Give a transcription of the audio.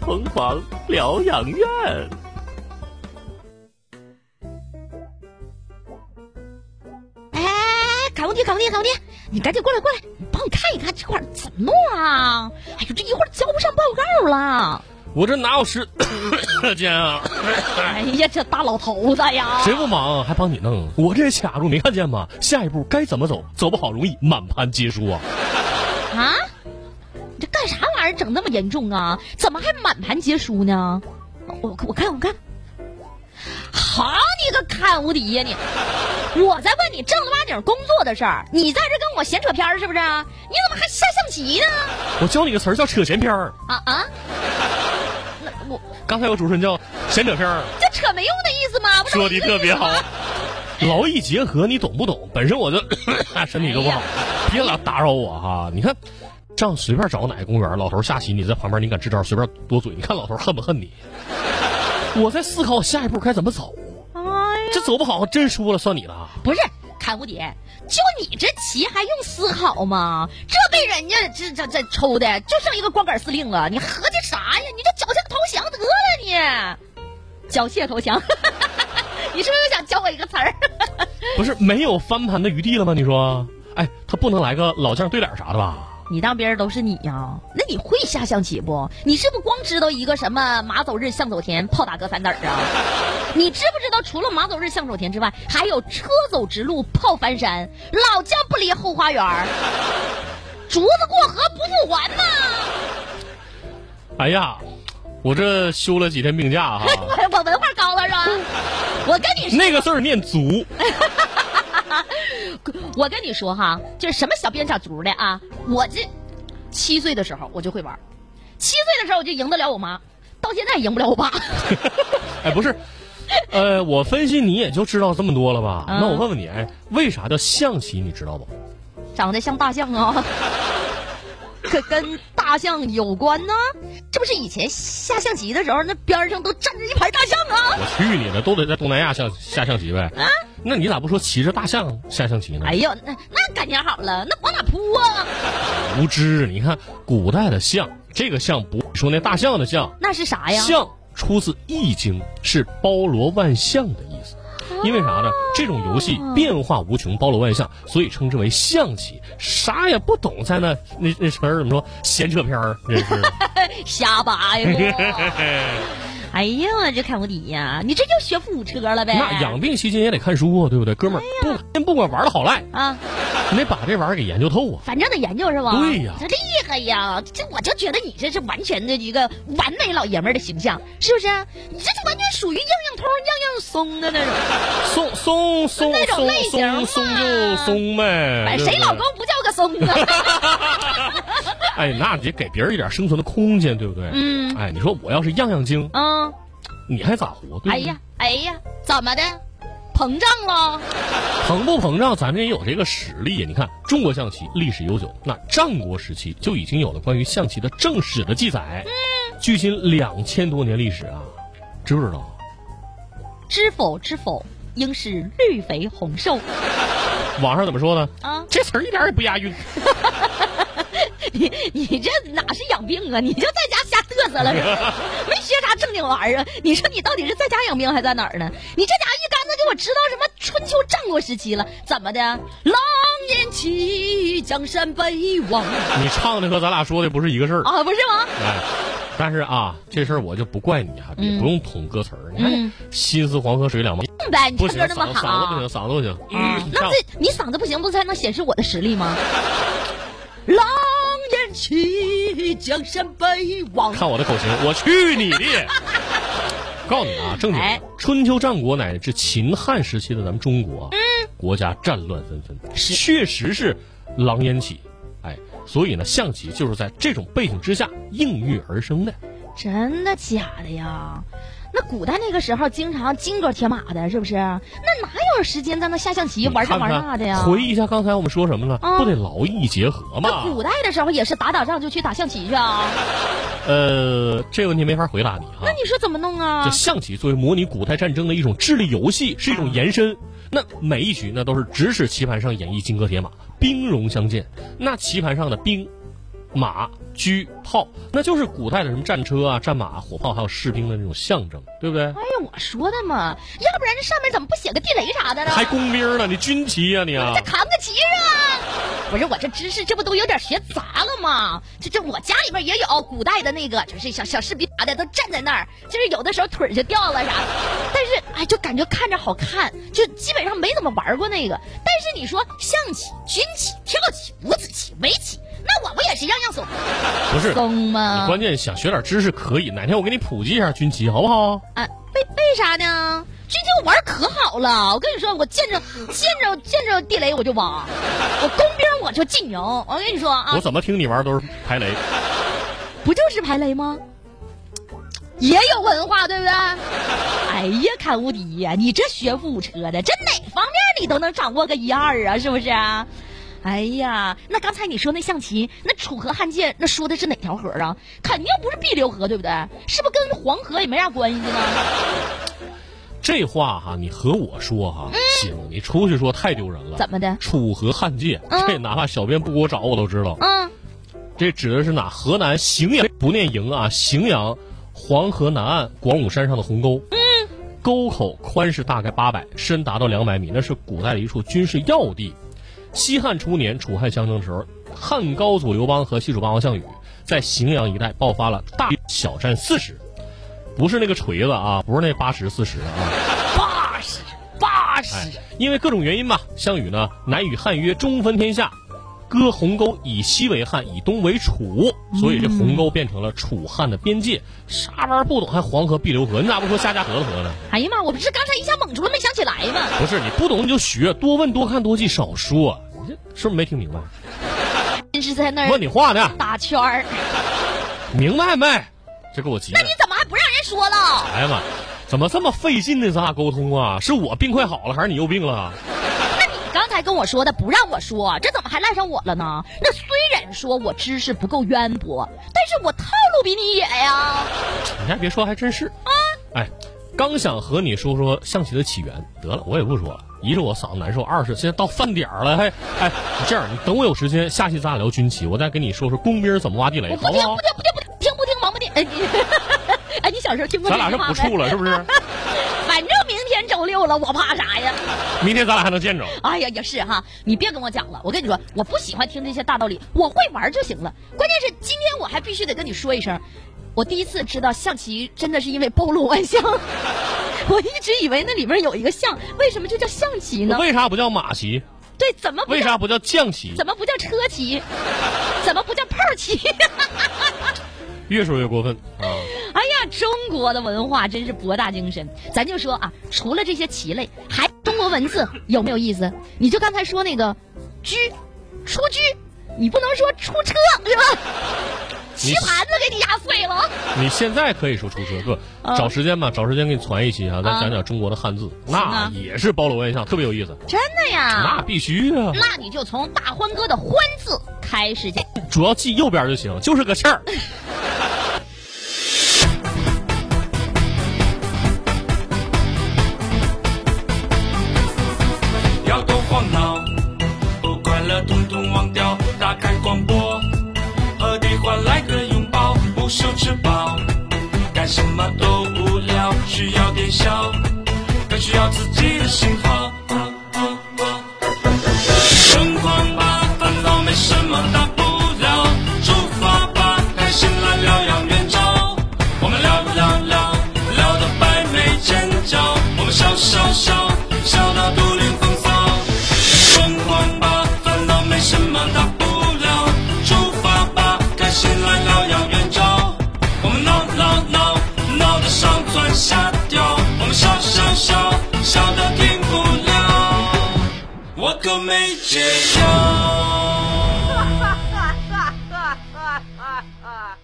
疯狂疗养院。哎，卡文迪，卡文迪，卡文迪，你赶紧过来，过来，帮你看一看这块儿怎么弄啊？哎呦，这一会儿交不上报告了。我这哪有时 间啊？哎呀，这大老头子呀！谁不忙啊还帮你弄？我这卡住，没看见吗？下一步该怎么走？走不好容易满盘皆输啊！啊？你这干啥玩意儿？整那么严重啊？怎么还满盘皆输呢？我我看我看，好你个看无敌呀、你！我在问你正儿八经工作的事儿，你在这跟我闲扯片儿是不是？啊你怎么还下象棋呢？我教你个词儿叫扯闲篇儿，啊啊！那我刚才有主持人叫闲扯篇儿，这扯没用的意思吗？不是说的特别好， 劳逸结合，你懂不懂？本身我就 身体就不好，别老打扰我哈！你看，上随便找哪个公园，老头下棋，你在旁边，你敢支招，随便多嘴，你看老头恨不恨你？我在思考下一步该怎么走，哎呀，这走不好真输了，算你了啊。不是看无敌，就你这棋还用思考吗？这被人家这这这抽的，就剩一个光杆司令了。你合计啥呀？你就缴械投降得了你，缴械投降。 你是不是又想教我一个词儿？不是没有翻盘的余地了吗？你说，哎，他不能来个老将对脸啥的吧？你当别人都是你呀、那你会下象棋不？你是不是光知道一个什么马走日，象走田，炮打隔三子儿啊？你知不知道除了马走日、象走田之外，还有车走直路，炮翻山，老将不离后花园儿，竹子过河不复还呐！哎呀，我这休了几天病假哈、我哎我文化高了是吧？我跟你说，那个字儿念足，我跟你说哈，就是什么小鞭小卒的啊，我这七岁的时候我就会玩儿，七岁的时候我就赢得了我妈，到现在赢不了我爸。哎，不是，呃，我分析你也就知道这么多了吧？嗯那我问问你，哎，为啥叫象棋？你知道不？长得像大象 啊，可跟大象有关呢、这不是以前下象棋的时候，那边儿上都站着一排大象啊！我去你的，都得在东南亚象下象棋呗。那你咋不说骑着大象下象棋呢？哎呦，那那感情好了，那往哪扑啊？无知，你看古代的象，这个象不说那大象的象，那是啥哎呀？象出自《易经》，是包罗万象的意思。因为啥啊呢？这种游戏变化无穷，包罗万象，所以称之为象棋。啥也不懂，在那那那词儿怎么说？闲扯片 儿，真是。瞎掰 我！哎呀，这看无敌呀！你这又学富五车了呗？那养病期间也得看书啊，对不对，哥们儿？哎不，先不管玩的好赖，啊，你得把这玩意儿给研究透啊。反正得研究是吧？对呀这厉害呀！这我就觉得你这是完全的一个完美老爷们儿的形象，是不是？你这就完全属于样样通、样样松的那种。松松松那种松类型嘛松松就松呗。哎，对不谁对老公？不叫个松子？哎，那得给别人一点生存的空间，对不对？嗯哎，你说我要是样样精，嗯，你还咋活？对不对哎呀，哎呀，怎么的？膨胀了？膨不膨胀，咱们也有这个实力。你看，中国象棋历史悠久，那战国时期就已经有了关于象棋的正史的记载，嗯距今两千多年历史啊，知不知道？啊知否知否，应是绿肥红瘦网上怎么说呢？啊！这词儿一点也不押韵。你你这哪是养病啊？你就在家瞎嘚瑟了是吧？没学啥正经玩意儿啊？你说你到底是在家养病还在哪儿呢？你这家伙一竿子给我知道什么春秋战国时期了？怎么的？狼烟起，江山北望你唱的和咱俩说的不是一个事儿。啊，不是吗？哎，但是啊，这事儿我就不怪你啊，也不用捅歌词儿。你看嗯，心思黄河水两毛，嗯呗，你不唱行，嗓歌子那么好，嗓子不行，嗓子不行。嗯，那像这你嗓子不行，不才能显示我的实力 吗？狼烟起，江山北望。看我的口型，我去你的！ 告诉你啊，正经哎，春秋战国乃至秦汉时期的咱们中国，嗯，国家战乱纷纷，是确实是狼烟起，哎，所以呢，象棋就是在这种背景之下应运而生的。真的假的呀？那古代那个时候，经常金戈铁马的，是不是？那哪有时间在那下象棋、玩这你看玩看那的呀？回忆一下刚才我们说什么了，嗯不得劳逸结合嘛？古代的时候也是打打仗就去打象棋去啊？呃，这个问题没法回答你哈。 那你说怎么弄啊这？象棋作为模拟古代战争的一种智力游戏，是一种延伸。那每一局呢，都是咫尺棋盘上演绎金戈铁马，兵戎相见。那棋盘上的兵，马、车、炮，那就是古代的什么战车啊、战马、火炮，还有士兵的那种象征，对不对？哎呀，我说的嘛，要不然这上面怎么不写个地雷啥的呢？还工兵呢，你军旗啊你啊再！扛个旗啊！不是我这知识，这不都有点学杂了吗？这这我家里面也有古代的那个，就是小小士兵啥的，都站在那儿，就是有的时候腿儿就掉了啥的。但是哎，就感觉看着好看，就基本上没怎么玩过那个。但是你说象棋、军棋、跳棋、五子棋、围棋，那我不也是样样怂不是，你怂吗？关键想学点知识可以，哪天我给你普及一下军旗，好不好？啊，为为啥呢？最近我玩可好了，我跟你说，我见着见着见着地雷我就挖，我工兵我就进营。我跟你说我啊，怎么听你玩都是排雷，不就是排雷吗？也有文化，对不对？哎呀，看无敌呀、你这学富五车的，这哪方面你都能掌握个一二啊，是不是啊？哎呀，那刚才你说那象棋，那楚河汉界，那说的是哪条河啊？肯定不是碧流河，对不对？是不是跟黄河也没啥关系呢？这话哈、你和我说哈、行，你出去说太丢人了。嗯怎么的？楚河汉界，嗯这哪怕小编不给我找，我都知道。嗯。这指的是哪？河南荥阳不念营啊，荥阳黄河南岸广武山上的鸿沟。嗯，沟口宽是大概八百，深达到两百米，那是古代的一处军事要地。西汉初年，楚汉相争的时候，汉高祖刘邦和西楚霸王项羽在荥阳一带爆发了大小战四十，不是那个锤子啊，不是那八十四十啊。八十，八十，哎，因为各种原因吧，项羽呢乃与汉约中分天下，割鸿沟以西为汉，以东为楚，所以这鸿沟变成了楚汉的边界。啥玩意儿不懂还黄河、碧流河？你咋不说夏家河的河呢？哎呀妈，我不是刚才一下懵住了，没想起来吗？不是你不懂你就学，多问多看多记，少说。你这是不是没听明白？真是在那问儿你话呢，打圈儿，明白没？这给我急的！你怎么还不让人说了？哎呀妈，怎么这么费劲呢？咱俩沟通啊？是我病快好了，还是你又病了？那你刚才跟我说的不让我说，这怎么还赖上我了呢？那虽然说我知识不够渊博，但是我套路比你野呀。你还别说，还真是。啊哎，刚想和你说说象棋的起源，得了，我也不说了。一是我嗓子难受，二是现在到饭点儿了，还哎，你这样，你等我有时间，下期咱俩聊军棋，我再跟你说说工兵怎么挖地雷，我不好听，好不？听，不听，不听，听不听，忙不听。哎，你，哎，你小 时候听过咱这俩句是话不没处？了，是不是？ 反正明天周六了，我怕啥呀？明天咱俩还能见着。哎呀，也是哈，你别跟我讲了。我跟你说，我不喜欢听这些大道理，我会玩就行了。关键是今天我还必须得跟你说一声，我第一次知道象棋真的是因为暴露万象。 我一直以为那里面有一个象，为什么就叫象棋呢？为啥不叫马棋？对，怎么不为叫啥不叫将棋？怎么不叫车棋？怎么不叫炮棋？越说越过分啊！哎呀，中国的文化真是博大精深。咱就说啊，除了这些棋类，还中国文字有没有意思？你就刚才说那个“车”，出车，你不能说出车，对吧？棋你盘子给你压碎了。你现在可以说出车，不啊找时间吧，找时间给你传一期啊，咱啊讲讲中国的汉字，那啊嗯也是包罗万象，特别有意思。真的呀那？必须啊！那你就从大欢哥的“欢”字开始讲。主要记右边就行，就是个欠儿。摇头晃脑，不快乐统统忘掉。打开广播，和你换来个拥抱，不愁吃饱，干什么都无聊，需要点笑，更需要自己的信号。啊疯狂吧，烦恼没什么大不了，出发吧，开心来疗养圆周。我们聊聊聊，聊到百媚千娇，我们笑笑笑，笑到独领风骚。疯狂吧，烦恼没什么大不了，出发吧，开心来疗养圆周。我们闹闹闹，闹得上蹿下跳，我们笑笑笑，笑到停不了。我可没解药。哈哈哈哈哈哈哈哈！